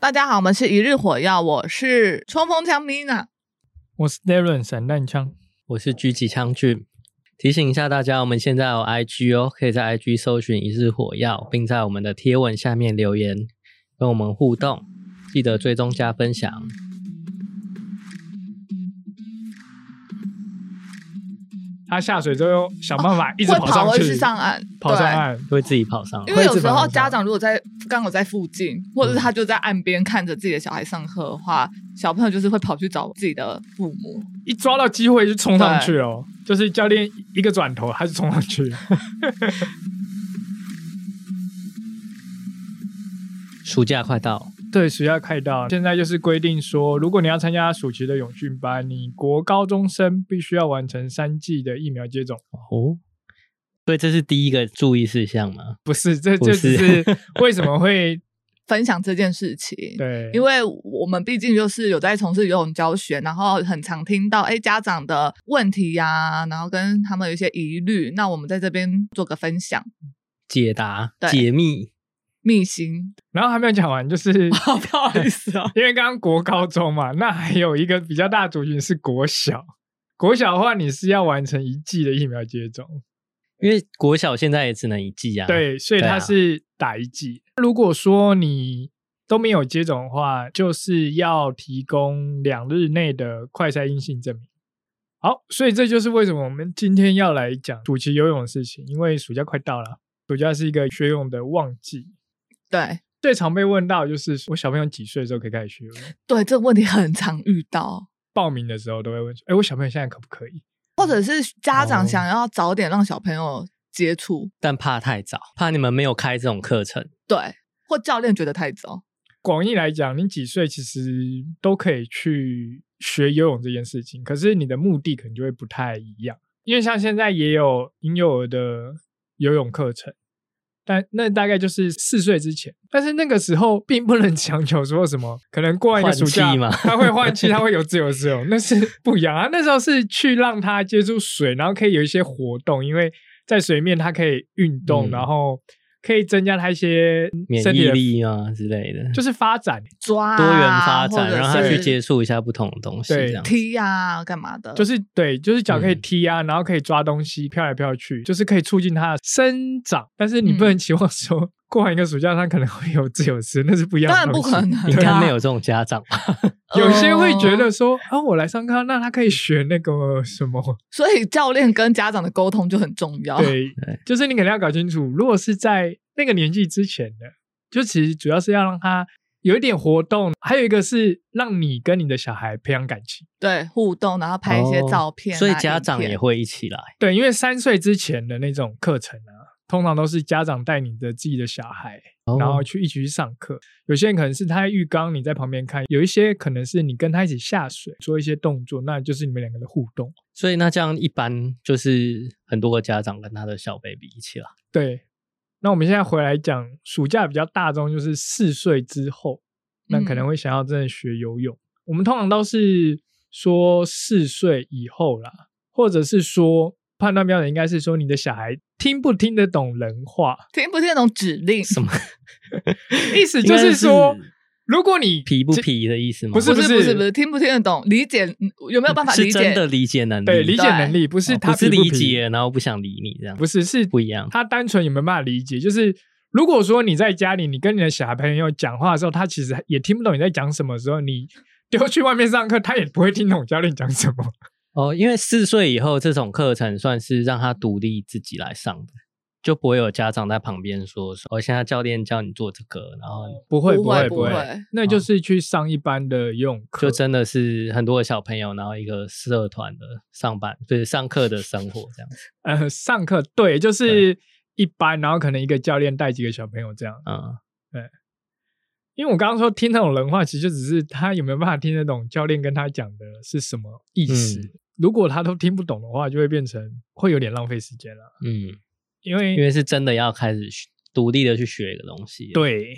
大家好，我们是一日火药，我是冲锋枪 Mina。我是 Darren 散弹枪，我是狙击枪俊。提醒一下大家，我们现在有 IG 哦，可以在 IG 搜寻“一日火药”，并在我们的贴文下面留言跟我们互动。记得追踪加分享。他下水之后又想办法一直哦会跑上回去，上岸，跑上对。岸。会自己跑上来因为有会一时直跑候上家长如果在刚好在附近，或者是他就在岸边看着自己的小孩上课的话，小朋友就是会跑去找自己的父母。一抓到机会就冲上去哦，就是教练一个转头，他就冲上去。 暑假快到，对，暑假快到，现在就是规定说，如果你要参加暑期的泳训班，你国高中生必须要完成三剂的疫苗接种。哦，所以这是第一个注意事项吗？不是，这不这只是是为什么会分享这件事情，对，因为我们毕竟就是有在从事游泳教学，然后很常听到哎家长的问题呀、然后跟他们有一些疑虑，那我们在这边做个分享，解答对、解密，密心，然后还没有讲完，就是不好意思 哦，因为刚刚国高中嘛，那还有一个比较大族群是国小。国小的话，你是要完成一剂的疫苗接种， 因为国小现在也只能一季啊。，对，所以对啊它是打一剂。如果说你都没有接种的话，就是要提供两日内的快筛阴性证明。好，所以这就是为什么我们今天要来讲暑期游泳的事情，因为暑假快到了，暑假是一个学泳的旺季。对最常被问到就是我小朋友几岁的时候可以开始学游泳？对，这个问题很常遇到，报名的时候都会问说：“哎，我小朋友现在可不可以或者是家长哦想要早点让小朋友接触，但怕太早，怕你们没有开这种课程。对，或教练觉得太早，？”广义来讲，你几岁其实都可以去学游泳这件事情，可是你的目的可能就会不太一样。因为像现在也有婴幼儿的游泳课程，但那大概就是四岁之前，但是那个时候并不能强求说什么，可能过完一个暑假换气嘛他会换 气，他会有自由自由，那是不一样啊。那时候是去让他接触水，然后可以有一些活动，因为在水面他可以运动，嗯然后可以增加他一些免身体疫的，力啊之类的，就是发展，抓啊、多元发或展，者让他去是接触一下不同的东西，对这样踢呀、干嘛的，就是对，就是脚可以嗯踢啊，然后可以抓东西，飘来飘去，就是可以促进他的生长。但是你嗯不能期望说、过完一个暑假，他可能会有自由式，那是不一样当的。然不可。能，啊嗯哦应该没 有这种家长吧？有些会觉得说、啊，我来上课，那他可以学那个什么？ 所以教练跟家长的沟通就很重要。对，就是你可能要搞清楚，如果是在那个年纪之前的，就其实主要是要让他有一点活动，还有一个是让你跟你的小孩培养感情。 对互动，然后拍一些哦照片啊、所以家长影也片会一起来。对，因为三岁之前的那种课程啊，通常都是家长带你的自己的小孩，然哦后去一起去上课。有些人可能是他在浴缸，你在旁边看；有一些可能是你跟他一起下水，做一些动作，那就是你们两个的互动。所以那这样一般就是很多个家长跟他的小 baby 一起来。对，那我们现在回来讲，暑假比较大众就是四岁之后，那可嗯能会想要真的学游泳。我们通常都是说四岁以后啦，或者是说判断标准应该是说你的小孩听不听得懂人话， 听不听得懂指令， 什么？意思就是说应该是，如果你皮不这皮的意思吗？不不是是不是不是听不听得懂，理解嗯有没有办法理是真解？的理解能力，对理解能力，不哦是他不是皮不理皮，解，然后不想理你这样，不是是不一样。他单纯有没有办法理解？就是如果说你在家里，你跟你的小孩朋友讲话的时候，他其实也听不懂你在讲什么的时候，你丢去外面上课，他也不会听懂教练讲什么。哦，因为四岁以后这种课程算是让他独立自己来上的，就不会有家长在旁边说说，哦，现在教练叫你做这个，然后不会不会会不不会会，那就是去上一般的游泳课就。真的是很多的小朋友，然后一个社团的上班，就是上课的生活这样子。呃，上课对，就是一般，然后可能一个教练带几个小朋友这样。嗯，因为我刚刚说听得懂人话，其实就只是他有没有办法听得懂教练跟他讲的是什么意思。嗯如果他都听不懂的话，就会变成会有点浪费时间了。嗯，因为因为是真的要开始学独立的去学一个东西。，对，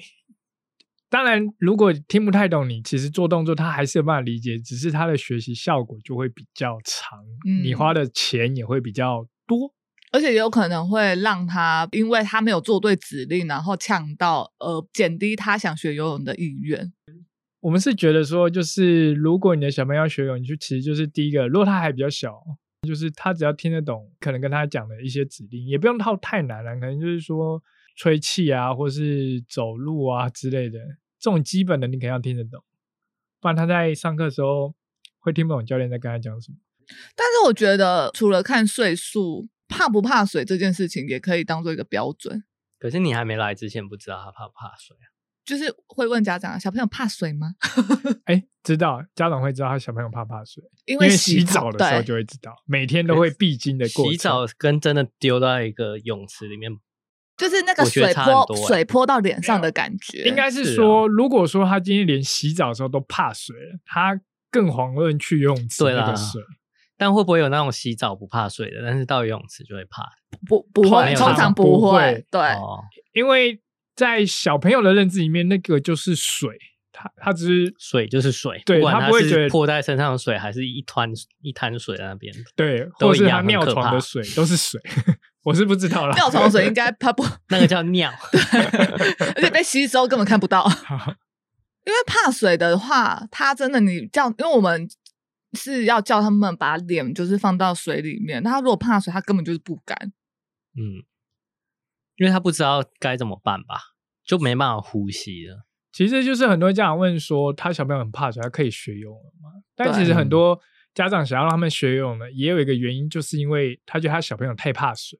当然如果听不太懂你，其实做动作他还是有办法理解，只是他的学习效果就会比较长，嗯你花的钱也会比较多。而且有可能会让他，因为他没有做对指令，然后呛到，呃，减低他想学游泳的意愿。我们是觉得说，就是如果你的小朋友要学游泳，你就其实就是第一个，如果他还比较小，就是他只要听得懂，可能跟他讲的一些指令，也不用套太难了，可能就是说吹气啊，或是走路啊之类的，这种基本的你肯定要听得懂，不然他在上课的时候会听不懂教练在跟他讲什么。但是我觉得，除了看岁数，怕不怕水这件事情也可以当做一个标准，可是你还没来之前不知道他怕不怕水啊？就是会问家长：小朋友怕水吗？ 哎，知道家长会知道他小朋友怕不怕水，因因为洗洗澡的时候对就会知道，每天都会必经的过程。洗澡跟真的丢到一个泳池里面，就是那个我觉得水差很泼、多欸水泼到脸上的感觉，应该是是啊说，如果说他今天连洗澡的时候都怕水了，他更遑论去游泳池对那啦个水。但会不会有那种洗澡不怕水的，但是到游泳池就会怕？不不突然会，有通那常种不不会会。对，哦，因为在小朋友的认知里面，那个就是水，他他只是水就是水，对不管他它不会觉是得泼在身上的水，还是一滩一滩水在那边。对，都或一是样他很尿可床怕的水都是水， 我是不知道啦。 尿床水应该它不， 那个叫 尿，而且被吸收根本看不到。因为怕水的话，它真的你叫，因为我们是要叫他们把脸就是放到水里面，那他如果怕水，他根本就是不敢。嗯，因为他不知道该怎么办吧，就没办法呼吸了。其实就是很多家长问说，他小朋友很怕水，他可以学游泳吗？但对其实嗯很多家长想要让他们学游泳呢，也有一个原因，就是因为他觉得他小朋友太怕水，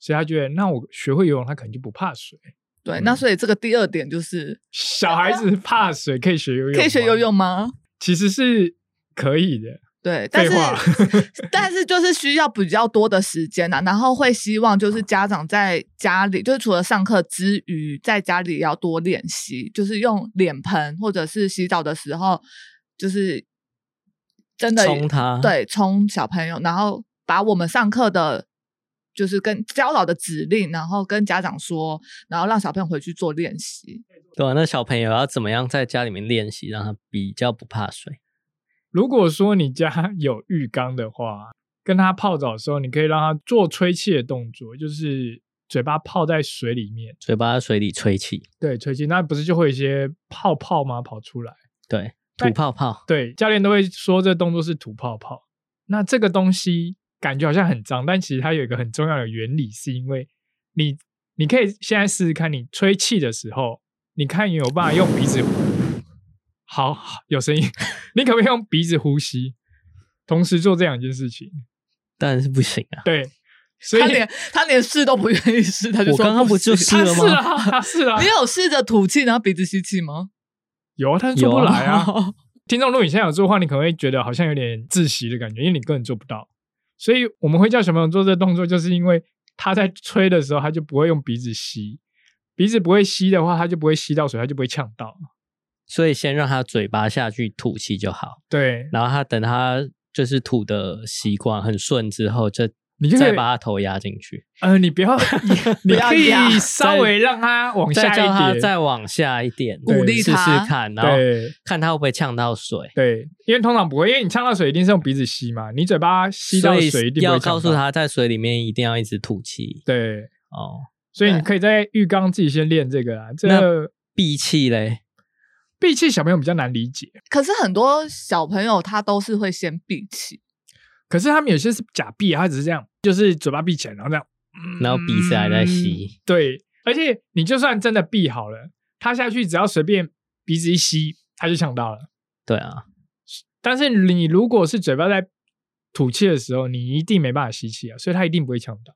所以他觉得那我学会游泳，他可能就不怕水。对，嗯那所以这个第二点就是，小孩子怕水可以学游泳，可以学游，泳吗？其实是可以的。对，但废话是 但是就是需要比较多的时间呐、然后会希望就是家长在家里，就是除了上课之余，在家里也要多练习，就是用脸盆或者是洗澡的时候，就是真的冲他，，对冲小朋友，然后把我们上课的。就是跟教导的指令，然后跟家长说，然后让小朋友回去做练习。对啊，那小朋友要怎么样在家里面练习，让他比较不怕水？如果说你家有浴缸的话，跟他泡澡的时候，你可以让他做吹气的动作，就是嘴巴泡在水里面，嘴巴在水里吹气，对，吹气，那不是就会有一些泡泡吗？跑出来。对，对吐泡泡，对，教练都会说这动作是吐泡泡。那这个东西感觉好像很脏，但其实它有一个很重要的原理，是因为你你可以现在试试看，你吹气的时候，你看有没有办法用鼻子呼，好好有声音， 你可不可以用鼻子呼吸，同时做这两件事情？当然是不行啊。对，所以 他连他连试都不愿意试，他就我说刚刚不就行试他了是吗？啊，他是 啊你，有试着吐气，然后鼻子吸气吗？有啊，他是做不来啊。哦听众，如果你现在有做的话，你可能会觉得好像有点窒息的感觉，因为你根本做不到。所以我们会叫小朋友做这个动作，就是因为他在吹的时候，他就不会用鼻子吸，鼻子不会吸的话，他就不会吸到水，他就不会呛到。所以先让他嘴巴下去吐气就好，对，然后他等他就是吐的习惯很顺之后，就你就可以再把他头压进去，呃，你不 要，你不要可以压稍微让他往再下叫他一点，再往下一点，鼓励试他试看，然后对看他会不会呛到水。对，因为通常不会，因为你呛到水一定是用鼻子吸嘛，你嘴巴吸到所以水一定不要会呛到告诉，他在水里面一定要一直吐气对，哦。所以你对可以在浴缸自己先练这个啊，这那个闭气嘞，闭气小朋友比较难理解。 可是很多小朋友他都是会先闭气，可是他们有些是假闭啊，他只是这样，就是嘴巴闭起来，然后这样，然后鼻子还在吸嗯对，而且你就算真的闭好了，他下去只要随便鼻子一吸，他就呛到了。对啊，但是你如果是嘴巴在吐气的时候，你一定没办法吸气啊，所以他一定不会呛到，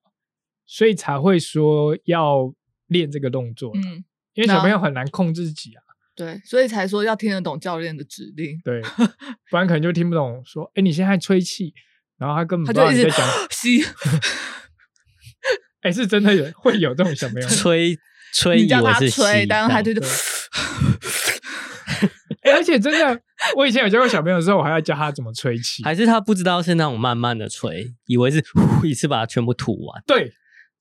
所以才会说要练这个动作啦，嗯，因为小朋友很难控制自己啊，对，所以才说要听得懂教练的指令， 对，不然可能就听不懂说，哎、你现在吹气，然后他根本他不知道就一直你在讲，吸，哎、是真的有会有这种小朋友， 吹吹你以叫为他是吸，吹，但是他这就样就欸而且真的，我以前有教过小朋友的时候，我还要教他怎么吹气。还是他不知道是那种慢慢的吹，以为是呼一次把它全部吐完，对，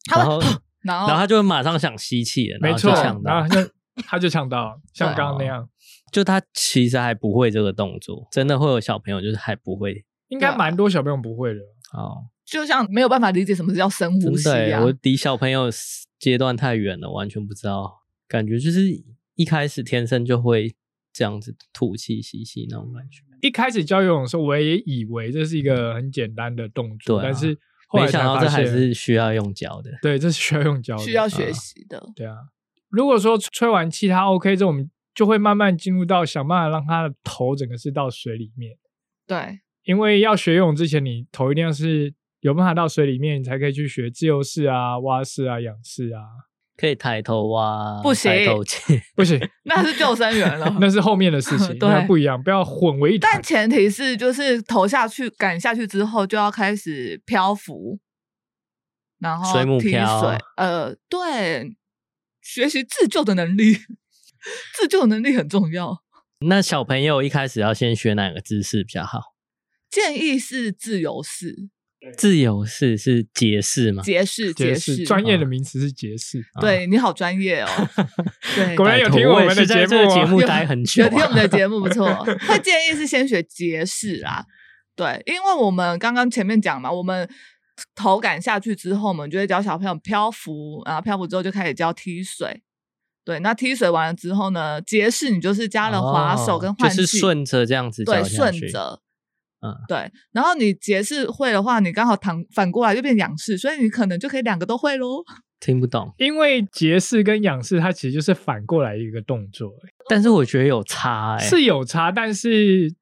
他然会哦后，然然后后他就会马上想吸气了，然没后就错，呛然到哦后。他就他就呛到了，像刚刚那样，就他其实还不会这个动作，真的会有小朋友就是还不会应该蛮多小朋友不会的。哦，就像没有办法理解什么叫深真呼吸的耶、啊，我离小朋友阶段太远了，完全不知道，感觉就是一开始天生就会这样子吐气吸气那种感觉。一开始教游泳的时候，我也以为这是一个很简单的动作，对啊但是后没来才想到发这还现，是需要用脚的。对，这是需要用教的，需要学习的。对啊，如果说吹完气它 OK 之后，我们就会慢慢进入到想办法让它的头整个是到水里面，对，因为要学游泳之前，你头一定要是有办法到水里面，你才可以去学自由式啊、蛙式啊、仰式啊。可以抬头啊，不行抬头起不行，。那是救生员 了那是后面的事情，对那不一样，不要混为一谈但。前提是，就是投下去、赶下去之后，就要开始漂浮，然后水母踢水漂。呃，对，学习自救的能力， 自救能力很重要。 那小朋友一开始要先学哪个姿势比较好？建议是自由式、自由式是蝶式吗？蝶式、解蝶释式。哦专业的名词是解释，啊对你好专业哦。对，果然有听我们的拜托也是在节这目个啊节目有待很 久、有啊，听我们的节目不错， 会建议是先学节式啦。对，因为我们刚刚前面讲嘛，我们头感下去之后，我们就会教小朋友漂浮，然后漂浮之后就开始教踢水。对，那踢水完了之后呢，节式你就是加了滑手跟换哦气，就是顺着这样子对脚下顺去着。嗯对，然后你节式会的话，你刚好躺反过来就变仰式，所以你可能就可以两个都会喽。听不懂，因为解释跟仰式它其实就是反过来一个动作、但是我觉得有差哎、 是有差，但是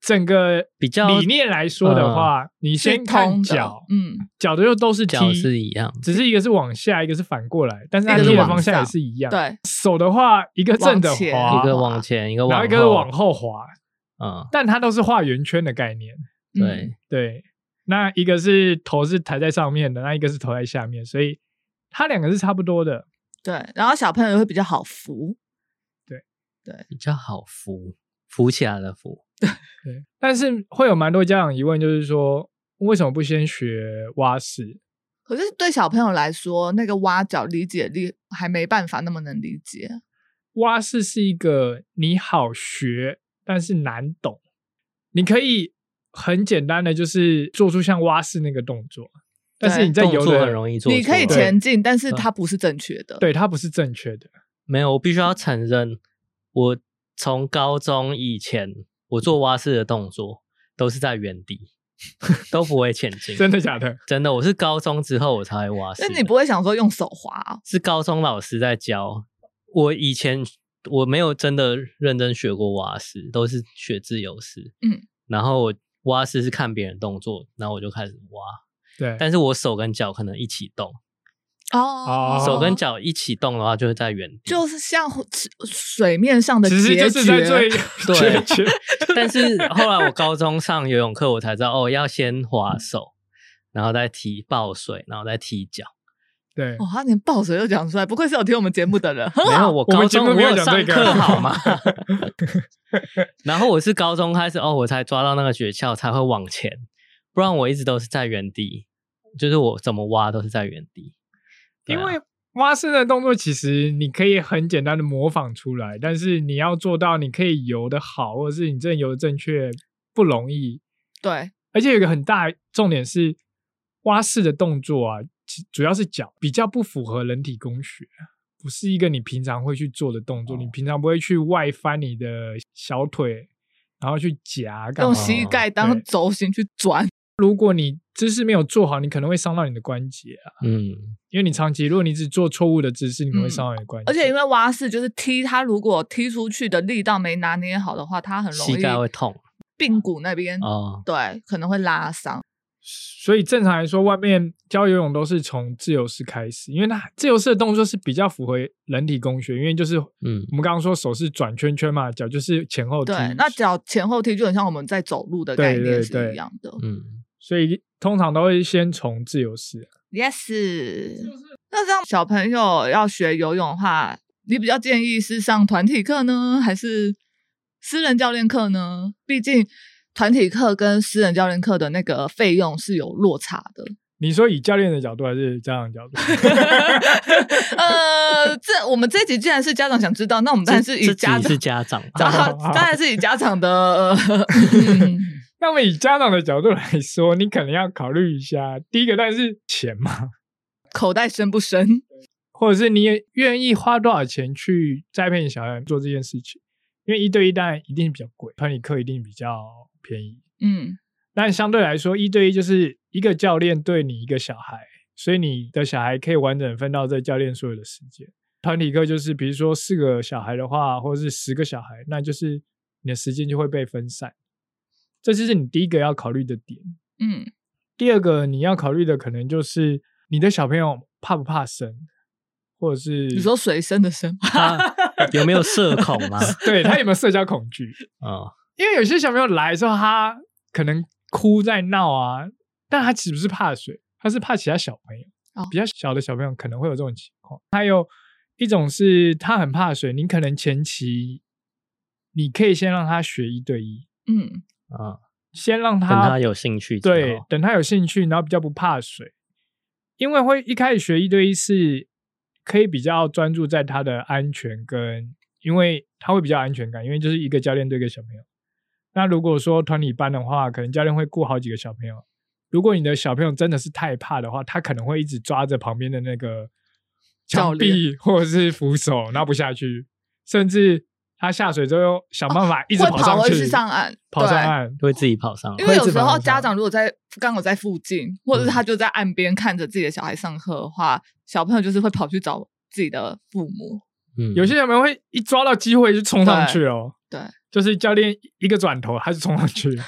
整个比较理念来说的话，你是先看通的脚，嗯，脚的又都是踢脚是一样只是一个是往下，一个是反过来，但是它一个是踢的往方向也上是一样。对，手的话，一个正的往前滑，一个往前，一个啊然后往后，一个往后滑，嗯，但它都是画圆圈的概念。嗯对，对，那一个是头是抬在上面的，那一个是头在下面，所以它两个是差不多的。对，然后小朋友会比较好扶，比较好扶，扶起来的扶。对，但是会有蛮多家长疑问，就是说为什么不先学蛙式？可是对小朋友来说，那个挖角理解力还没办法那么能理解。蛙式是一个你好学，但是难懂。你可以很简单的就是做出像蛙式那个动作，但是对你在动游作的很容易做错，你可以对前进，但是它不是正确的。，对它不是正确的。没有，我必须要承认，我从高中以前，我做蛙式的动作都是在原地， 都不会前 进。真的假的？真的，我是高中之后我才会蛙式那的。你不会想说用手滑哦、是高中老师在教？我以前我没有真的认真学过蛙式，都是学自由式。嗯，然后我蛙式是看别人动作，然后我就开始蛙，对，但是我手跟脚可能一起动，哦，手跟脚一起动的话就会在原地。就是像水面上的其结实局，就是在最对 对决，但是后来我高中上游泳课，我才知道哦，要先划手，然后再踢抱水，然后再踢脚。对哦，他连抱水都讲出来，不愧是有听我们节目的人。 没有，我我高们节中目没有有讲上这个课好 吗？然后我是高中开始哦，我才抓到那个诀窍，才会往前，不然我一直都是在原地，就是我怎么挖都是在原地。对因啊为蛙式的动作其实你可以很简单的模仿出来，但是你要做到你可以游的好，或者是你真的游的正确不容易。对，而且有一个很大重点是，蛙式的动作啊，其主要是脚比较不符合人体工学，不是一个你平常会去做的动作，哦你平常不会去外翻你的小腿，然后去夹干嘛用啊膝盖当对轴心去转。 如果你姿势没有做好，你可能会伤到你的关节啊，嗯，因为你长期如果你只做错误的姿势，你可能会伤到你的关嗯节。而且因为蛙式就是踢，它如果踢出去的力道没拿捏好的话，它很容膝易嗯盖会痛髌骨那边、哦。对可能会拉伤。所以正常来说，外面教游泳都是从自由式开始，因为它自由式的动作是比较符合人体工学，因为就是嗯我们刚刚说手是转圈圈嘛，脚就是前后踢，对，那脚前后踢就很像我们在走路的概对念对是对一样的。嗯，所以通常都会先从自由式。啊 Yes，那这样小朋友要学游泳的话，你比较建议是上团体课呢，还是私人教练课呢？毕竟团体课跟私人教练课的那个费用是有落差的。你说以教练的角度还是家长的角度？ 呃，这我们这集既然是家长想知道，那我们当然是以 这家这集长是。家长啊嘛，当然当然是以家长的，呃 嗯那么以家长的角度来说，你可能要考虑一下，第一个，但是钱嘛，口袋深不深？或者是你也愿意花多少钱去栽培你小孩做这件事情。因为一对一当然一定比较贵，团体课一定比较便宜。嗯，但相对来说，一对一就是一个教练对你一个小孩，所以你的小孩可以完整分到这教练所有的时间。团体课就是，比如说四个小孩的话，或者是十个小孩，那就是你的时间就会被分散。这就是你第一个要考虑的点。嗯，第二个你要考虑的可能就是你的小朋友怕不怕生，或者是你说随身的身吗？他 有没有社恐 啊？对他有没有社交恐惧？哦，因为有些小朋友来的时候，他可能哭在闹啊，但他其实不是怕水，他是怕其他小朋友，哦比较小的小朋友可能会有这种情况。还有一种是他很怕水，你可能前期你可以先让他学一对一，嗯啊，先让等他他有兴趣之后，对，等他有兴趣，然后比较不怕水，因为会一开始学一对一是可以比较专注在他的安全跟，因为他会比较安全感，因为就是一个教练对一个小朋友。那如果说团体班的话，可能教练会顾好几个小朋友。如果你的小朋友真的是太怕的话，他可能会一直抓着旁边的那个教墙练壁或者是扶手，然后不下去，甚至他下水之后想办法一直哦会跑上跑回去，去上岸跑上对岸，会自己跑上来因。为有会一直时绑候着家上啊嗯长如果在刚好在附近，或者是他就在岸边看着自己的小孩上课的话，小朋友就是会跑去找自己的父母。嗯有些人们会一抓到机会就冲上去哦。对对就是教练一个转头，他就冲上 去了。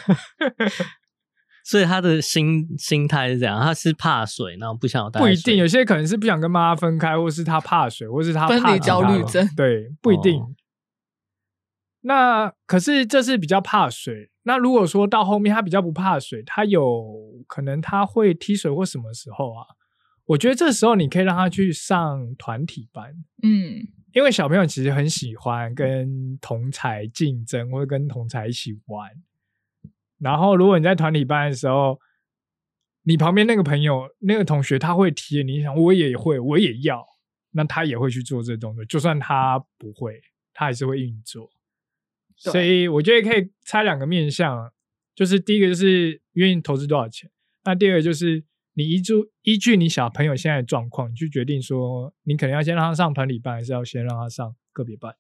所以他的心心态是怎样？他是怕水，然后不想要待不在一水定，有些可能是不想跟妈妈分开，或是他怕水，或是他怕分离焦虑症对，不一定。哦那可是这是比较怕水。那如果说到后面他比较不怕水，他有可能他会踢水或什么时候啊？我觉得这时候你可以让他去上团体班，嗯因为小朋友其实很喜欢跟同才竞争，或者跟同才一起玩。然后，如果你在团体班的时候，你旁边那个朋友、那个同学他会踢，你想我也会，我也要，那他也会去做这动作，就算他不会，他还是会运作。对所以，我觉得可以拆两个面向，就是第一个就是愿意投资多少钱，那第二个就是你依据依据你小朋友现在的状况，你去决定说你可能要先让他上团体班，还是要先让他上个别班。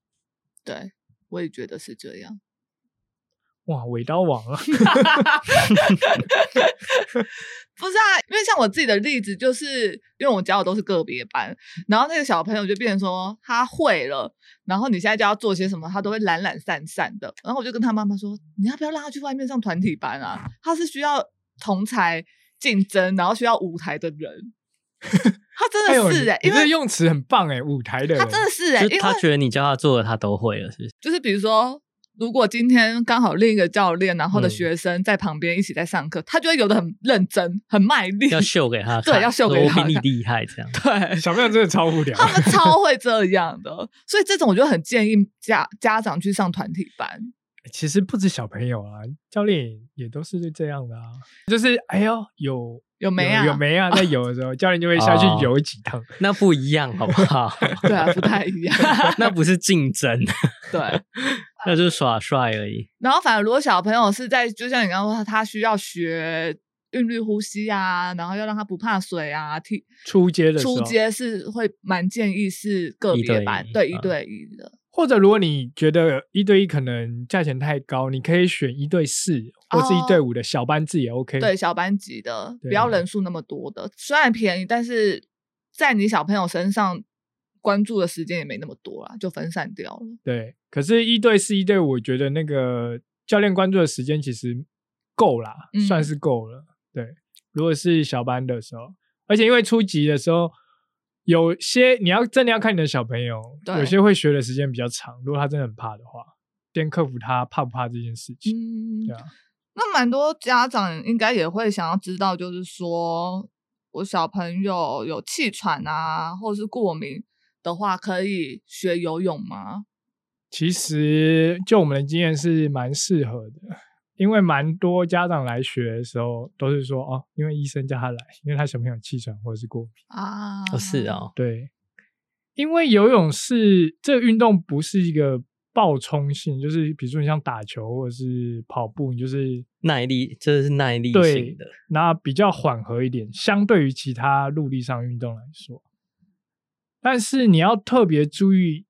对，我也觉得是这样。哇，尾刀王啊！不是啊，因为像我自己的例子，就是因为我教的都是个别班，然后那个小朋友就变成说他会了，然后你现在就要做些什么，他都会懒懒散散的。然后我就跟他妈妈说，你要不要让他去外面上团体班啊？他是需要同才竞争，然后需要舞台的 人。他 哎真呦，的是哎、你因这为用词很棒哎，舞台的他人真的是哎、就因为是他觉得你教他做的，他都会了，是不是？就是比如说，如果今天刚好另一个教练，然后的嗯学生在旁边一起在上课，他就会游得很认真、很卖力。要秀给他看， 对要秀给说他我比你看厉害，这样。 对，小朋友真的超无聊。他 们超会这样的，所以这种我就很建议家家长去上团体班。其实不止小朋友啊，教练也都是这样的啊，就是哎呦有有没啊？有有没啊，在游的时候，教练就会下去哦游几趟。那不一样，好不好？ 对啊，不太一样。那不是 竞争， 对，那就是耍帅而已。然后反而如果小朋友是在，就像你刚刚说，他需要学韵律呼吸啊，然后要让他不怕水啊，替出街的时候初阶是会蛮建议是个一对别一班，对一嗯对一的。或者如果你觉得一对一可能价钱太高，你可以选一对四或是一对五的小班制也 OK。对小班级的，不对要人数那么多的，虽然便宜，但是在你小朋友身上关注的时间也没那么多啦，就分散掉了。对可是，一对四、一对五，我觉得那个教练关注的时间其实够啦，嗯算是够了。对，如果是小班的时候，而且因为初级的时候，有些你要真的要看你的小朋友，对有些会学的时间比较长。如果他真的很怕的话，先克服他怕不怕这件事情。嗯，对啊，那蛮多家长应该也会想要知道，就是说我小朋友有气喘啊，或是过敏的话，可以学游泳吗？其实就我们的经验是蛮适合的，因为蛮多家长来学的时候都是说哦，因为医生叫他来，因为他小朋友气喘或者是过敏。啊，哦，是，哦，对，因为游泳是这个运动不是一个爆冲性，就是比如说你像打球或者是跑步，你就是耐力，这是耐力对型的。那比较缓和一点，相对于其他陆地上运动来说。但是你要特别注意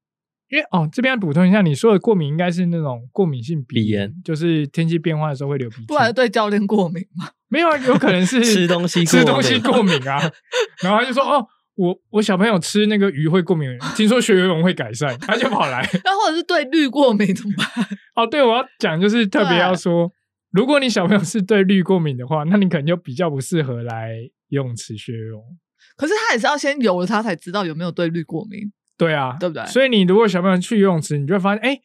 因为哦，这边要补充一下，你说的过敏应该是那种过敏性鼻鼻炎就是天气变化的时候会流鼻涕不。然对教练过 敏嘛。没有，啊，有可能是吃东西 吃过东西敏过敏啊。然后他就说：“哦，我我小朋友吃那个鱼会过敏，听说学游泳会改善。” 他就跑来。那或者是对氯过敏怎么办？ 哦，对，我要讲就是特别要说，如果你小朋友是对氯过敏的话，那你可能就比较不适合来游泳池学游泳。可是他也是要先有了他才知道有没有对氯过敏。对啊，对不对所以你如果小朋友去游泳池，你就会发现，哎，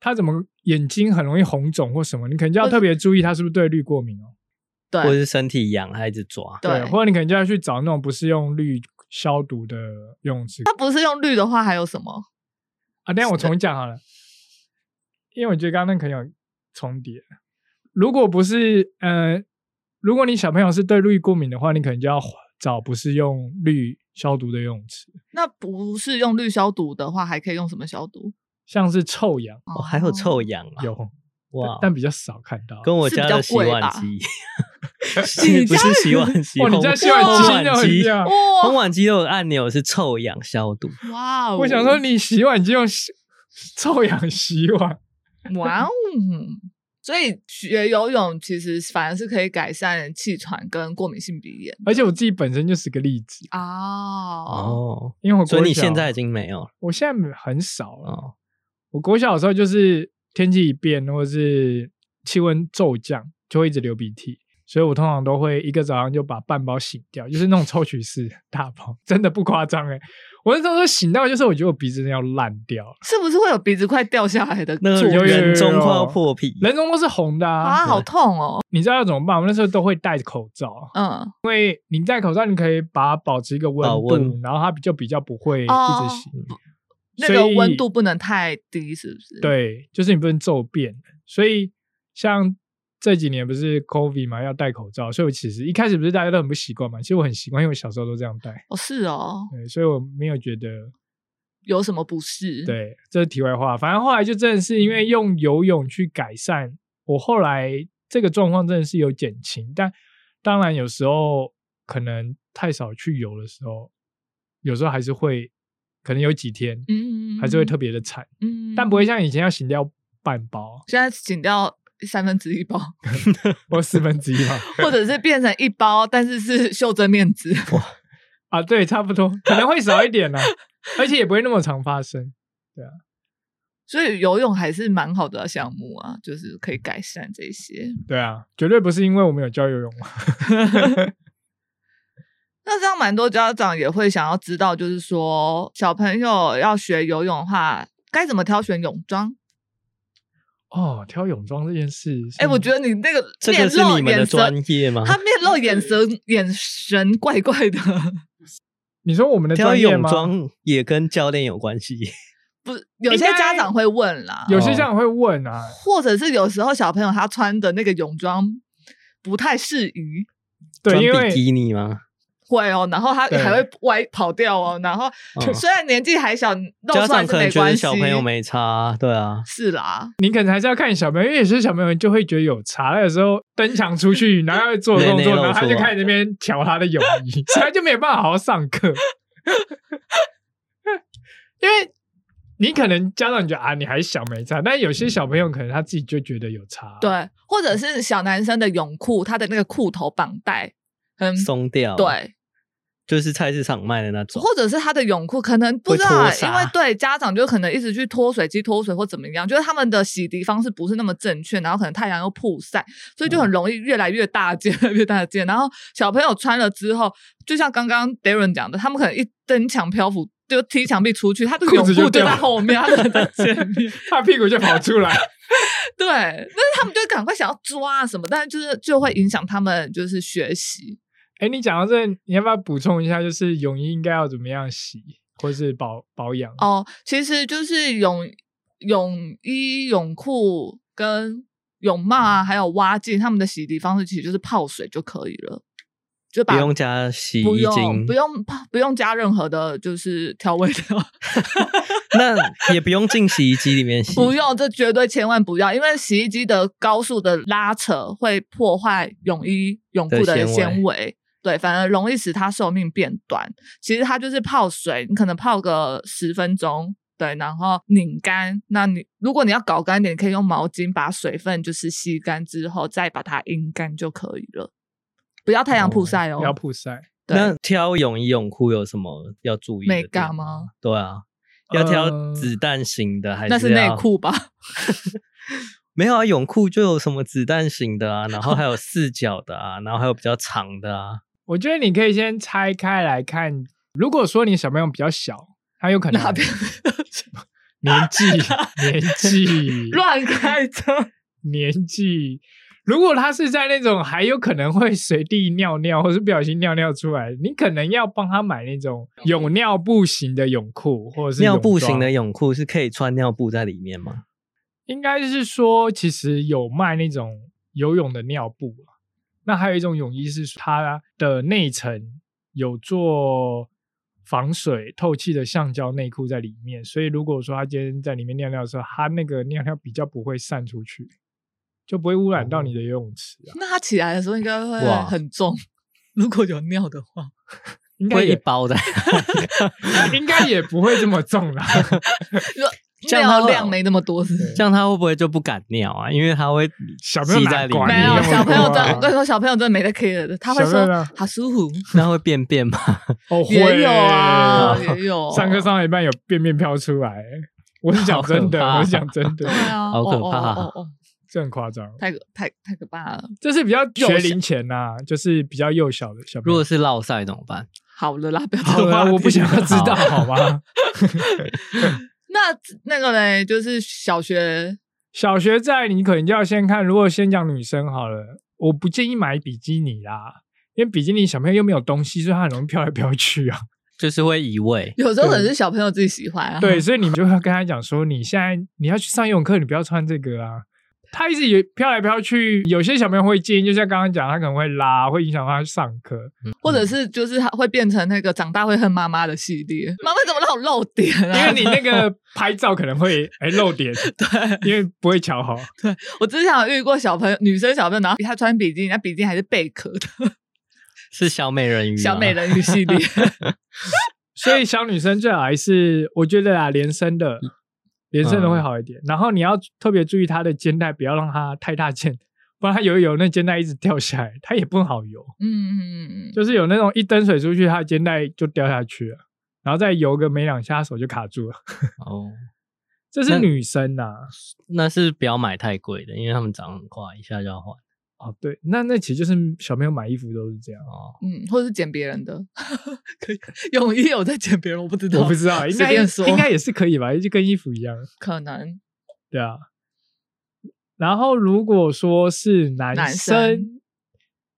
他怎么眼睛很容易红肿或什么？你可能就要或者特别注意他是不是对氯过敏哦。对或者是身体痒，他一直抓。对或者你可能就要去找那种不是用氯消毒的游泳池他不是用氯的话，还有什么？啊，等一下我重新讲好了，因为我觉得刚刚那可能有重叠。如果不是呃，如果你小朋友是对氯过敏的话，你可能就要找不是用氯消毒的游泳池，那不是用氯消毒的话，还可以用什么消毒？像是臭氧哦，还有臭氧啊！有，哇但，但比较少看到。跟我是比家较的洗贵碗吧机 你 不家是洗碗 机，哦，你家洗碗烘机烘那碗很机，哦像。哇烘碗机都有按钮是臭氧消毒。哇哦！我想说，你洗碗机用洗 臭氧洗碗，哇哦！所以学游泳其实反而是可以改善气喘跟过敏性鼻炎而且我自己本身就是个例子，哦。哦，因为我所以国你小现在已经没有了我现在很少了。哦，我国小的时候就是天气一变，或者是气温骤降，就会一直流鼻涕，所以我通常都会一个早上就把半包醒掉，就是那种抽取式大包，真的不夸张诶、我那时候醒到，就是我觉得我鼻子真的要烂掉了，是不是会有鼻子快掉下来的那作个用有有人中快要破皮，人中都是红的啊！啊？好痛哦！你知道要怎么办？我们那时候都会戴口罩，嗯，你戴口罩你可以把它保持一个温保度，温嗯然后它就比较不会一哦直醒。那所个以温度不能太低，是不是？，对，就是你不能骤变。所以像这几年不是 COVID 嘛，要戴口罩，所以我其实一开始不是大家都很不习惯嘛，其实我很习惯，因为我小时候都这样戴，哦是哦，对，所以我没有觉得。有什么不适？，对，这是题外话。反正后来就真的是因为用游泳去改善，我后来这个状况真的是有减轻，但当然有时候可能太少去游的时候，有时候还是会可能有几天嗯，还是会特别的惨，嗯，但不会像以前要醒掉半包现在减掉三分之一包，或四分之一 吧。或者是变成一包，但是是袖珍面纸。 啊，对，差不多，可能会少一点啦、而且也不会那么常发生。所以游泳还是蛮好的项目啊，就是可以改善这些。对啊，绝对不是因为我们有教游泳啊嘛。那这样蛮多家长也会想要知道，就是说小朋友要学游泳的话，该怎么挑选泳装？哦，挑泳装这件事，哎、我觉得你那个嗯这面个是露你们的眼神，专业吗？他面露眼神，眼神怪怪的，你说我们的挑专业泳吗，装也跟教练有关系，不是，有些家长会问啦，有些家长会问啊，或者是有时候小朋友他穿的那个泳装不太适宜， 对，穿因比为基尼吗？会哦，然后他对还会歪跑掉哦，然后哦虽然年纪还小，露家出来长是可能没觉关得系，小朋友没差啊，对啊，是啦，你可能还是要看小朋友，因为有些小朋友就会觉得有差，他有时候登墙出去，然后要做内动内作，露然后他出就来开始那边瞧他的泳衣，所以他就没有办法好好上课， 因为。你可能家长觉得啊，你还小没差，但有些小朋友可能他自己就觉得有差，啊对，或嗯者是小男生的泳裤，他的那个裤头绑带，嗯，松掉，，对，就是菜市场卖的那种，或者是他的泳裤可能不会知道脱啊，因沙为对家长就可能一直去脱水机脱水或怎么样，就是他们的洗涤方式不是那么正确，然后可能太阳又曝晒，所以嗯就很容易越来越大件， 越来越大件。然后小朋友穿了之后，就像刚刚 Darren 讲的，他们可能一蹬墙漂浮。就踢墙壁出去，他的裤泳子就裤就掉在了后面，他的 在前面。他屁股就跑出来。 对，但是他们就赶快想要抓啊什么，但是就是就会影响他们就是学习。哎，你讲到这，你要不要补充一下？就是泳衣应该要怎么样洗，或是保保养？哦，其实就是泳泳衣、泳裤跟泳帽啊，还有蛙镜，他们的洗涤方式其实就是泡水就可以了，就不把用加洗不衣用精，不，用泡不用加任何的，就是调味料，那也不用进洗衣机里面洗，不用，这绝对千万不要，因为洗衣机的高速的拉扯会破坏泳衣、泳裤的的纤纤维。对，反而容易使它寿命变短。其实它就是泡水，你可能泡个十分钟对，然后拧干。那你如果你要搞干一点，你可以用毛巾把水分就是吸干之后，再把它阴干就可以了。不要太阳曝晒哦。要曝晒，对那挑泳衣泳裤有什么要注意的？美感？吗？对啊，要挑呃子弹型的还是那是内要？裤吧？没有啊，泳裤就有什么子弹型的啊，然后还有四角的啊，然后还有比较长的啊。我觉得你可以先拆开来看。如果说你小朋友比较小，他有可能哪边 年纪年纪乱开车？年纪，如果他是在那种还有可能会随地尿尿，或是不小心尿尿出来，你可能要帮他买那种有尿布型的泳裤，或者是尿泳布型装的泳裤是可以穿尿布在里面吗？应该是说，其实有卖那种游泳的尿布啊。那还有一种泳衣是它的内层有做防水透气的橡胶内裤在里面，所以如果说他今天在里面尿尿的时候，他那个尿尿比较不会散出去，就不会污染到你的游泳池啊。那他起来的时候应该会哇很重，如果有尿的话。应该会一也包的， 应该也不会这么重啦。这样他尿会量没那么多是不是这样他会不会就不敢尿啊？因为他会小朋友吸在哪里面管没你有那么小朋友多真的，啊我跟你说，小朋友真的没得 care 的，他会小朋友说呢好舒服， 那会便便吗？哦，也有啊，会也有上课上到一半有便便飘出来，我是讲真的，好可怕我是讲真的 对，啊，好可哦哦怕哦哦哦这很夸张。太可太太可怕了。这是比较学龄前呐、就是比较幼小的小朋如友果。是落塞怎么办？好了啦，不要好这个话了，题我不想要知道，好吗？那那个嘞，就是小学小学在你可能就要先看，如果先讲女生好了，我不建议买比基尼啦，因为比基尼小朋友又没有东西，所以他很容易飘来飘去啊。就是会移位。有时候可能是小朋友自己喜欢啊。对，所以你就要跟他讲说，你现在你要去上游泳课，你不要穿这个啊。他一直也飘来飘去，有些小朋友会介意，就像刚刚讲，他可能会拉，会影响他上课。或者是就是他会变成那个长大会恨妈妈的系列，妈妈怎么让我露点因啊？为你那个拍照可能会哎、漏点，对，因为不会瞧好。我之前有遇过小朋友，女生小朋友，然后她穿比基尼，那比基尼还是贝壳的是小美人鱼啊吗，小美人鱼系 列，所以小女生最好还是我觉得啊，连身的，嗯连身的会好一点。然后你要特别注意她的肩带，不要让她太大件，不然她游一游那肩带一直掉下来，她也不好游。嗯嗯嗯嗯嗯，就是有那种一蹬水出去，她的肩带就掉下去了，然后再游个没两下，她手就卡住了。哦，这那是女生呐、那是不要买太贵的，因为他们长很快，一下就要换哦，对，那那其实就是小朋友买衣服都是这样。哦。嗯，或者是捡别人的， 可以泳衣有在捡别人，我不知道，我不 知道，应随该便说，应该也是可以吧，就跟衣服一样。可能对啊。然后如果说是男生，男生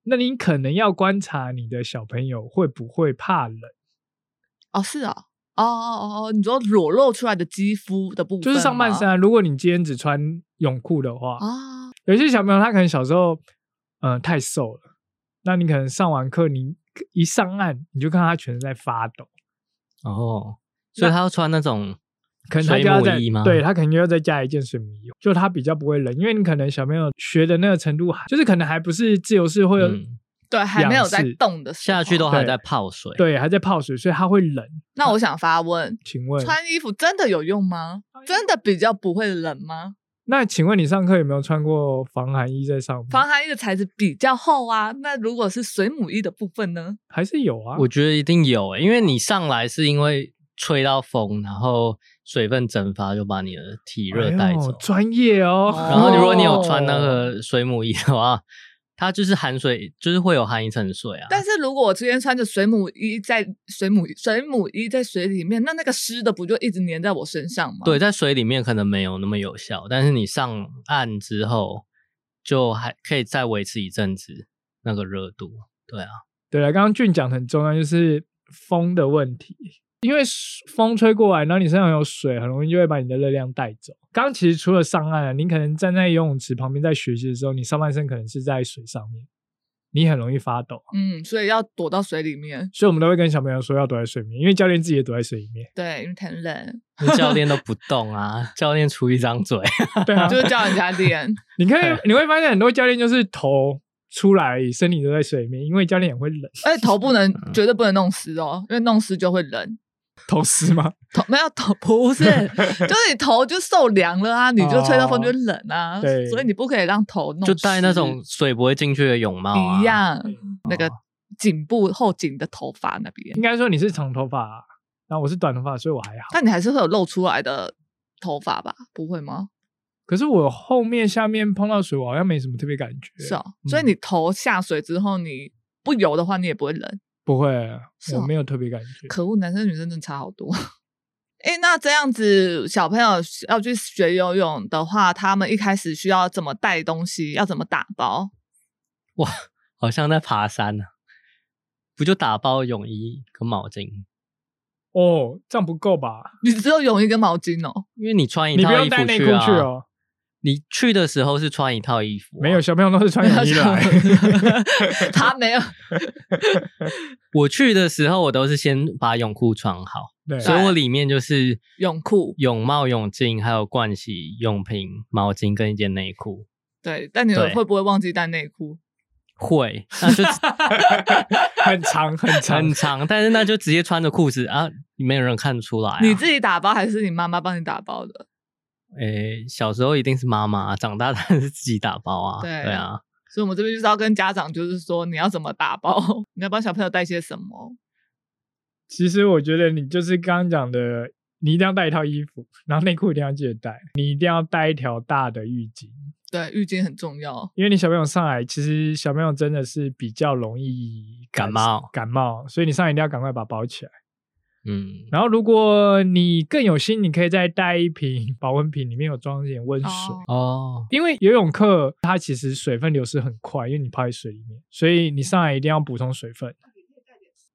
那你可能要观察你的小朋友会不会怕冷，哦，是啊、哦，哦哦哦，你说裸露出来的肌肤的部分吗，就是上半身啊。如果你今天只穿泳裤的话，啊，有些小朋友他可能小时候嗯、呃太瘦了，那你可能上完课你一上岸你就看他全身在发抖，哦，所以他要穿那种可能他就要水在母衣吗对他可能就要再加一件水母衣，就他比较不会冷，因为你可能小朋友学的那个程度还就是可能还不是自由式会有。嗯对，还没有在仰视动的时候下去都还对在泡水。，对，还在泡水，所以他会冷。那我想发问，请问，穿衣服真的有用吗？真的比较不会冷吗？那请问你上课有没有穿过防寒衣在上面？防寒衣的材质比较厚啊，那如果是水母衣的部分呢？还是有啊？我觉得一定有、欸，因为你上来是因为吹到风，然后水分蒸发就把你的体热哎带走呦。专业哦，然后如果你有哦穿那个水母衣的话，它就是含水，就是会有含一层水啊。但是如果我今天穿着水母衣在水母水母衣在水里面，那那个湿的不就一直粘在我身上吗？对，在水里面可能没有那么有效，但是你上岸之后，就还可以再维持一阵子那个热度。对啊， 对了，刚刚俊讲得很重要，就是风的问题，因为风吹过来，然后你身上有水，很容易就会把你的热量带走。刚刚其实除了上岸啊，你可能站在游泳池旁边在学习的时候，你上半身可能是在水上面，你很容易发抖。啊嗯，所以要躲到水里面，所以我们都会跟小朋友说要躲在水里面，因为教练自己也躲在水里面。对，因为太 冷，那教练都不动啊， 教练出一张嘴， 对啊， 就是叫人家练。你可以你会发现很多教练就是头出来，身体都在水里面，因为教练也会冷。嗯而且头不能，绝对不能弄湿哦，因为弄湿就会冷。头湿吗？头没有头不 是，就是你头就受凉了啊，你就吹到风就冷啊，哦对所以你不可以让头弄就戴那湿种水不会进去的泳帽、啊、哦哦一。样那个颈部后颈的头发那边 应，该说你是长头发，啊然后我是短头发，所以我还好。但你还是会有露出来的头发吧？不会吗？可是我后面下面碰到水，我好像没什么特别感觉。是哦，嗯所以你头下水之后，你不游的话，你也不会冷。不会，是哦我没有特别感觉。可恶，男生女生真的差好多。 哎，那这样子，小朋友要去学游泳的话，他们一开始需要怎么带东西，要怎么打包？哇，好像在爬山呢、不就打包泳衣跟毛巾？哦，这样不够吧？你只有泳衣跟毛巾哦。因为你穿一你不套用衣服带内裤啊。去哦。你去的时候是穿一套衣服、哦没有，，小朋友都是穿泳衣来。 他没有，我去的时候我都是先把泳裤穿好，对，所以我里面就是泳裤泳帽、泳镜，还有盥洗用品、毛巾跟一件内裤。对，但你对会不会忘记带内裤？会，那就很长 很长很。长，但是那就直接穿着裤子啊，没有人看得出来、啊。你自己打包还是你妈妈帮你打包的？诶、小时候一定是妈妈，长大当然是自己打包啊。对啊，所以我们这边就是要跟家长，就是说你要怎么打包， 你要帮小朋友带些什么。其实我觉得你就是刚刚讲的，你一定要带一套衣服，然后内裤一定要记得带，你一定要带一条大的浴巾，对，浴巾很重要。因为你小朋友上来，其实小朋友真的是比较容易感冒感冒，所以你上来一定要赶快把它包起来。嗯，然后如果你更有心，你可以再带一瓶 保温瓶，里面有装一点温水。哦哦，因为游泳课它其实水分流失很快，因为你泡在水里面，所以你上来一定要补充水分。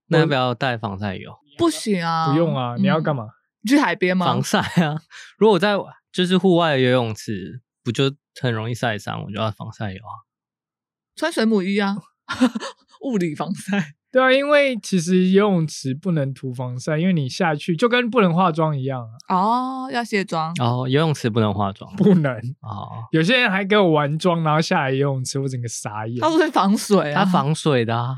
那要不要带防晒油？不行啊，不用啊，你要干嘛？嘛？你去海边吗防？晒啊！如果我在就是户外的游泳池，不就很容易晒伤？我就要防晒油啊。穿水母衣啊， 物理防 晒。对啊，因为其实游泳池不能涂防晒，因为你下去就跟不能化妆一样啊，哦，要卸妆。哦，游泳池不能化妆不能。哦，有些人还给我玩妆，然后下来游泳池，我整个傻眼他。说是防水啊，它。防水的、啊，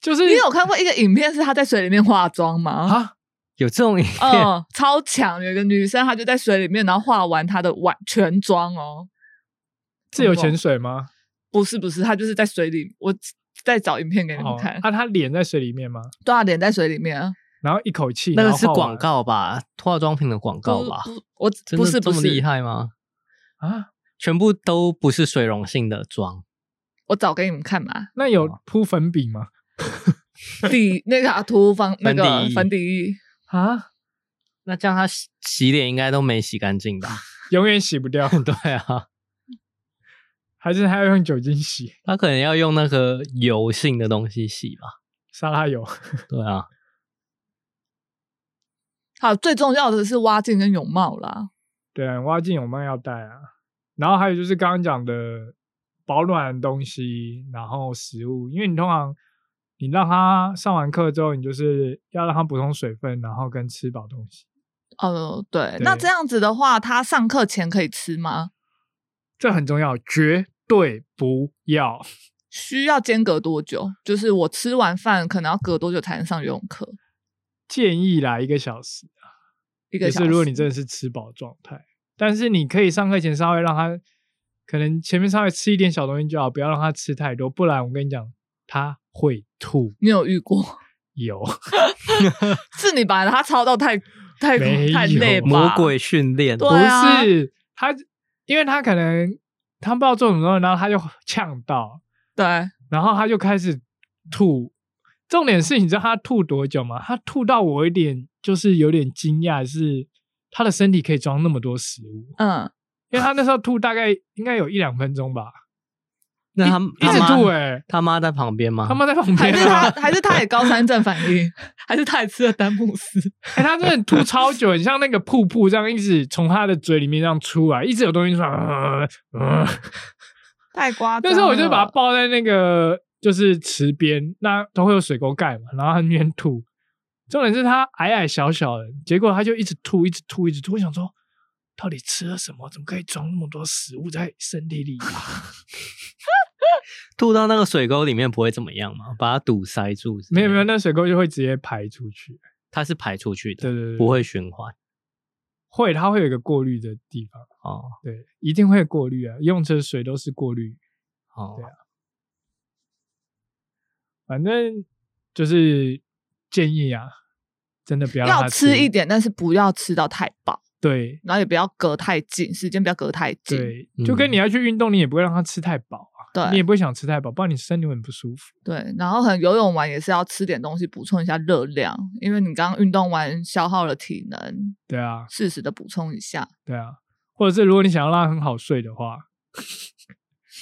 就是你有看过一个影片是她在水里面化妆吗？啊，有这种影片、嗯，超强！有一个女生，她就在水里面，然后化完她的完全妆哦。自由潜水吗？不是不是，她就是在水里，我再找影片给你们哦，看。啊，他脸在水里面吗？对啊，脸在水里面啊。然后一口气，那然个后是画完广告吧？化妆品的广告不吧？不我真不的是这不么是厉害吗？啊？。全部都不是水溶性的妆，我找给你们看嘛那有铺粉饼吗？底那个啊涂 防那粉个底液粉底液，啊，那这样他洗洗脸应该都没洗干净吧？ 永远洗不掉， 对啊，还是他要用酒精洗他可能要用那个油性的东西洗吧？沙拉油？ 对啊，好，最重要的是蛙镜跟泳帽啦。对啊，蛙镜泳帽要戴啊。然后还有就是刚刚讲的保暖的东西，然后食物，因为你通常你让他上完课之后，你就是要让他补充水分，然后跟吃饱东西，哦，对对，那这样子的话，他上课前可以吃吗？这很重要，绝对不要。需要间隔多久？就是我吃完饭可能要隔多久才能上游泳课？建议啦，一个小时，一就个小是时。如果你真的是吃饱状态，但是你可以上课前稍微让他，可能前面稍微吃一点小东西就好，不要让他吃太多，不然我跟你讲，他会吐你有遇过？ 油。 是你把他操到太太没有太累吧？魔鬼训练，对啊不是他，因为他可能他不知道做什么东西，然后他就呛到，对，然后他就开始吐。重点是，你知道他吐多久吗？他吐到我有点就是有点惊讶，是他的身体可以装那么多食物， 嗯，因为他那时候吐大概应该有一两分钟吧，那他一直他妈吐哎、他妈在旁边 吗？他妈在旁还边、是啊他，还是他也高山症反应， 还是他也吃了丹姆斯？哎、他真的吐超久，很像那个瀑布这样一直从他的嘴里面这样出来，一直有东西出来。呃呃太夸张那了。时候我就把它抱在那个就是池边，那都会有水沟盖嘛，然后它那边吐。重点是它矮矮小小的，结果它就一直吐，一直吐，一直吐。我想说，到底吃了什么？怎么可以装那么多食物在身体 里啊？吐到那个水沟里面不会怎么样吗？把它堵塞住？没有没有，，那水沟就会直接排出去。它是排出去的，对对对不会循环会，它会有一个过滤的地方，哦对，一定会过滤啊。用车水都是过滤，哦对啊反正就是建议啊，真的不要让要它吃一，点，但是不要吃到太饱，对然后也不要隔太近，时间不要隔太近。对嗯，就跟你要去运动，你也不会让它吃太饱啊，对你也不会想吃太饱，不然你身体会很不舒服。对，然后很游泳完也是要吃点东西补充一下热量，因为你刚刚运动完消耗了体能，对啊，适时的补充一下。对啊，或者是如果你想要让它很好睡的话，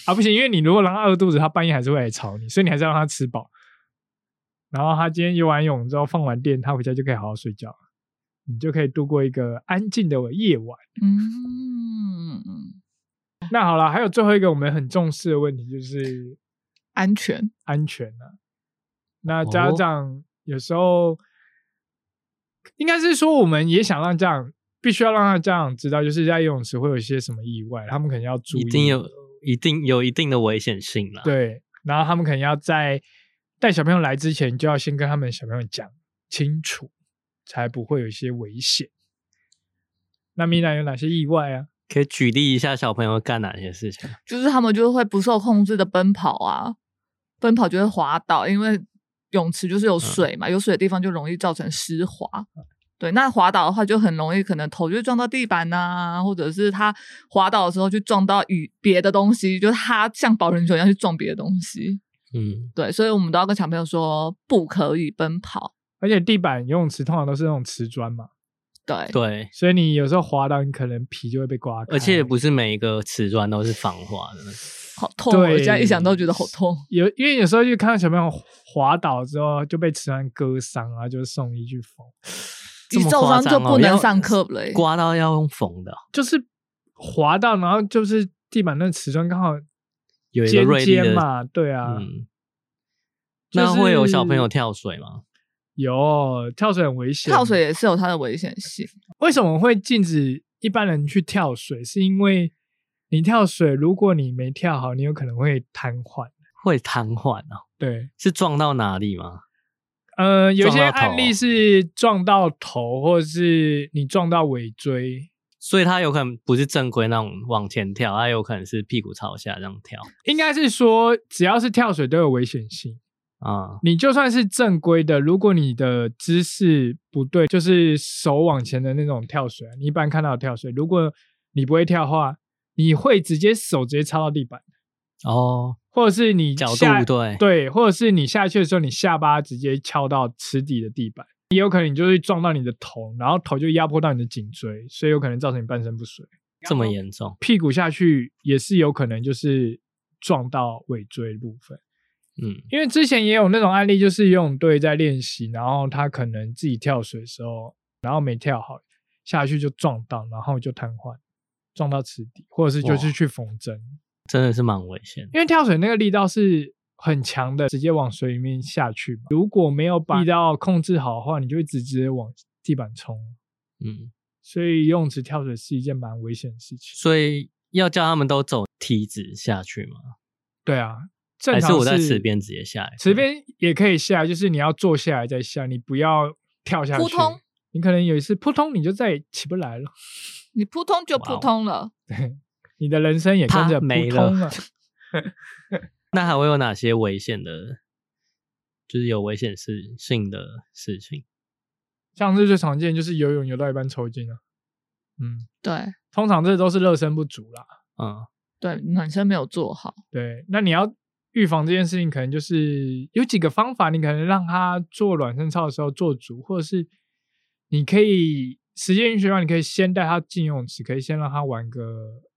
啊不行，因为你如果让它饿肚子，它半夜还是会来吵你，所以你还是要让它吃饱。然后它今天游完泳之后放完电，它回家就可以好好睡觉了，你就可以度过一个安静的夜晚。嗯，那好了，还有最后一个我们很重视的问题就是安全。安全啊。哦那家长有时候、应该是说，我们也想让家长必须要让他家长知道，就是在游泳池会有一些什么意外，他们可能要注意，一定有一定有一定的危险性啦。，对，然后他们可能要在带小朋友来之前，就要先跟他们小朋友讲清楚，才不会有一些危险。那米娜有哪些意外啊？可以举例一下小朋友干哪些事情？就是他们就会不受控制的奔跑啊，奔跑就会滑倒，因为泳池就是有水嘛，有水的地方就容易造成湿滑。对，那滑倒的话就很容易，可能头就撞到地板呐、或者是他滑倒的时候去撞到与别的东西，就是他像保龄球一样去撞别的东西。嗯，对，所以我们都要跟小朋友说不可以奔跑。而且地板游泳池通常都是那种瓷砖嘛，对，对，所以你有时候滑倒，你可能皮就会被刮开。而且不是每一个瓷砖都是防滑的那种，好痛哦，我对现在一想都觉得好痛。有，因为有时候就看到小朋友滑倒之后就被瓷砖割伤啊，然后就送医去缝，这一么受夸伤就张哦不能要上课了欸。刮到要用缝的哦，就是滑到，然后就是地板那瓷砖刚好有一个尖锐利尖的嘛，对啊，嗯，就是那会有小朋友跳水吗？有跳水很危险，跳水也是有它的危险性。为什么会禁止一般人去跳水？是因为你跳水，如果你没跳好，你有可能会瘫痪。会瘫痪哦，对，是撞到哪里吗？呃，有一些撞到头哦案例是撞到头，或者是你撞到尾椎，所以他有可能不是正规那种往前跳，他有可能是屁股朝下这样跳应该是说只要是跳水都有危险性。啊、你就算是正规的，如果你的姿势不对，就是手往前的那种跳水啊，你一般看到的跳水，如果你不会跳的话，你会直接手直接插到地板，哦，或者是你角度下不对，对，或者是你下去的时候，你下巴直接敲到池底的地板，也有可能你就是撞到你的头，然后头就压迫到你的颈椎，所以有可能造成你半身不遂。这么严重，屁股下去也是有可能就是撞到尾椎的部分。嗯，因为之前也有那种案例，就是游泳队在练习，然后他可能自己跳水的时候，然后没跳好，下去就撞到，然后就瘫痪，撞到池底，或者是就是去缝针，真的是蛮危险的。因为跳水那个力道是很强的，直接往水里面下去嘛。如果没有把力道控制好的话，你就会直直接往地板冲。嗯，所以游泳池跳水是一件蛮危险的事情。所以要叫他们都走梯子下去吗？对啊，正还常是我在是池边直接下来？池边也可以下，就是你要坐下来再下，你不要跳下去。扑通你可能有一次扑通，你就再也起不来了，你扑通就哇扑哦通了，你的人生也跟着啪没扑通了了。 那还会有哪些危险的？就是有危险事性的事情，像是最常见就是游泳游到一半抽筋啊，嗯，对通常这都是热身不足啦。嗯，对，暖身没有做好，对，那你要预防这件事情，可能就是有几个方法，你可能让他做暖身操的时候做足，或者是你可以时间允许的话，你可以先带他进游泳池，可以先让他玩个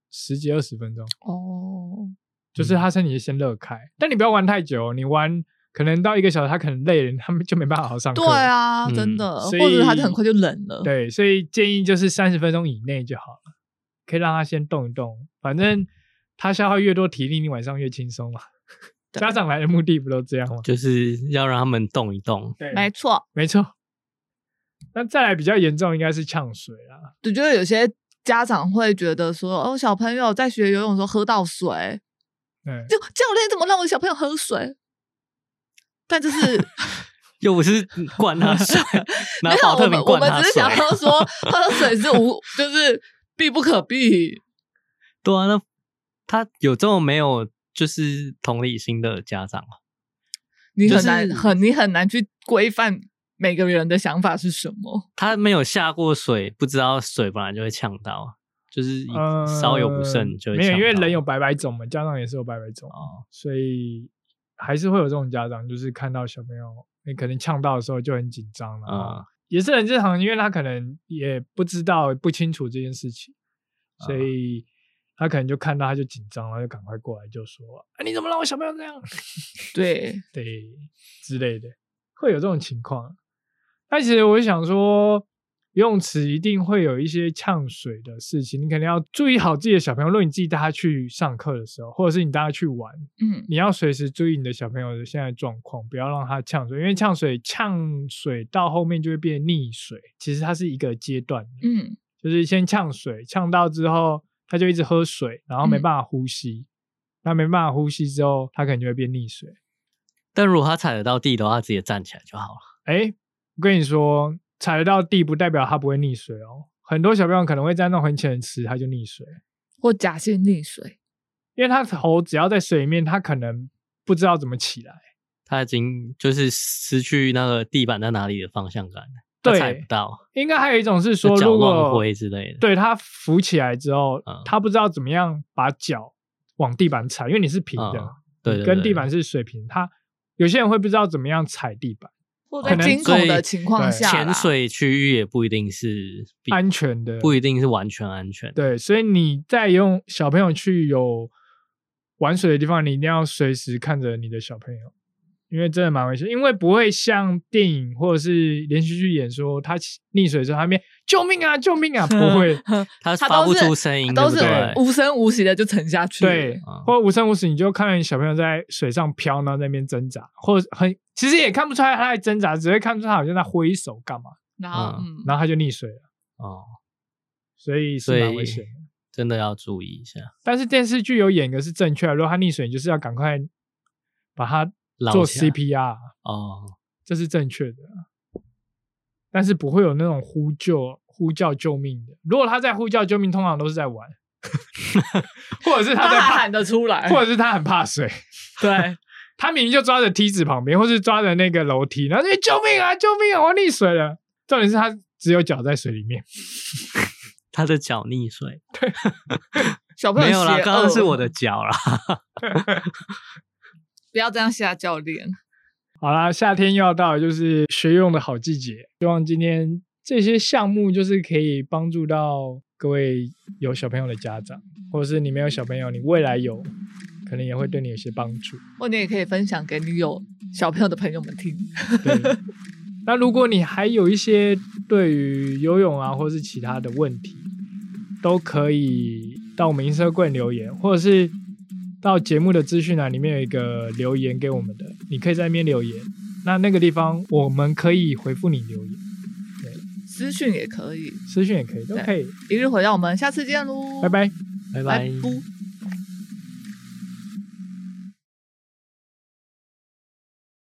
十几二十分钟。哦，就是他身体就先热开，但你不要玩太久，你玩可能到一个小时，他可能累了，他们就没办法好好上课。对，啊，嗯真的，所或者他以很快就冷了，对，所以建议就是三十分钟以内就好了，可以让他先动一动，反正他消耗越多体力，你晚上越轻松嘛。对家长来的目的不都这样吗？就是要让他们动一动，对，没错，没错。那再来比较严重应该是呛水啦，我觉得有些家长会觉得说，哦，小朋友在学游泳的时候喝到水，嗯，就教练怎么让我小朋友喝水？但这是又不是灌 他水，拿没有，保我特们瓶我灌们他只是水想。要 说，喝水是无，就是必不可避。对啊，那他有这么没有就是同理心的家长吗？你就很难、是很你很难去规范每个人的想法是什么。他没有下过水，不知道水本来就会呛到啊，就是一呃稍有不慎就会没有，呛因为到人有百百种嘛，家长也是有百百种，哦，所以还是会有这种家长，就是看到小朋友你可能呛到的时候就很紧张了，嗯，也是很正常，因为他可能也不知道不清楚这件事情，所以他可能就看到他就紧张了，就赶快过来就说：“啊，你怎么让我小朋友这样？”对，对之类的，会有这种情况。但其实我想说，游泳池一定会有一些呛水的事情，你肯定要注意好自己的小朋友。如果你自己带他去上课的时候，或者是你带他去玩，嗯，你要随时注意你的小朋友的现在状况，不要让他呛水，因为呛水呛水到后面就会变溺水，其实它是一个阶段的，嗯，就是先呛水，呛到之后他就一直喝水，然后没嗯办法呼吸，那、没办法呼吸之后，他可能就会变溺水。但如果他踩得到地的话，他直接站起来就好了。哎，我跟你说，踩得到地不代表它不会溺水哦。很多小朋友可能会在那种很浅的池，它就溺水，或假性溺水。因为它头只要在水里面，它可能不知道怎么起来。他已经就是失去那个地板在哪里的方向感了，他对踩不到，应该还有一种是说，就如矫枉果挥之类的。，对它浮起来之后嗯，它不知道怎么样把脚往地板踩，因为你是平嗯的，对你对跟对地板是水平。它有些人会不知道怎么样踩地板，或可在能惊恐的情况对下啦，，潜水区域也不一定是必安全的不一定是完全安全。，对，所以你在用小朋友去有玩水的地方，你一定要随时看着你的小朋友，因为真的蛮危险。因为不会像电影或者是连续剧演说，他起溺水的时候，他面救命啊，救命啊，不会呵，他他发都不是出声音，都对是不对无声无息的就沉下去。对，，或者无声无息，你就看见小朋友在水上飘，然后在那边挣扎，或者很其实也看不出来他在挣扎，只会看出他好像在挥手干嘛，然后嗯嗯，然后他就溺水了，哦，所以所是蛮以危险的。真的要注意一下，但是电视剧有演个是正确的，如果他溺水，你就是要赶快把他捞做起来 CPR，哦。这是正确的。但是不会有那种呼救、呼叫救命的。如果他在呼叫救命，通常都是在 玩，或者是他还他在怕喊，得出来。或者是他很怕水。对，他明明就抓着梯子旁边，或是抓着那个楼梯，然后就欸救命啊，救命啊，我溺水了。重点是他只有脚在水里面，他的脚溺水小朋友没有啦，邪恶刚刚是我的，脚啦。不要这样吓教练。好啦，夏天又要到了，就是学游泳的好季节。希望今天这些项目就是可以帮助到各位有小朋友的家长，或者是你没有小朋友，你未来有，可能也会对你有些帮助。或你也可以分享给你有小朋友的朋友们听。对。那如果你还有一些对于游泳啊，或是其他的问题，都可以到我们音色柜留言，或者是到节目的资讯栏里面有一个留言给我们的，你可以在那边留言。那那个地方我们可以回复你留言，私讯也可以，私讯也可以，都可以。一日回到我们，下次见喽，拜，拜。拜拜拜。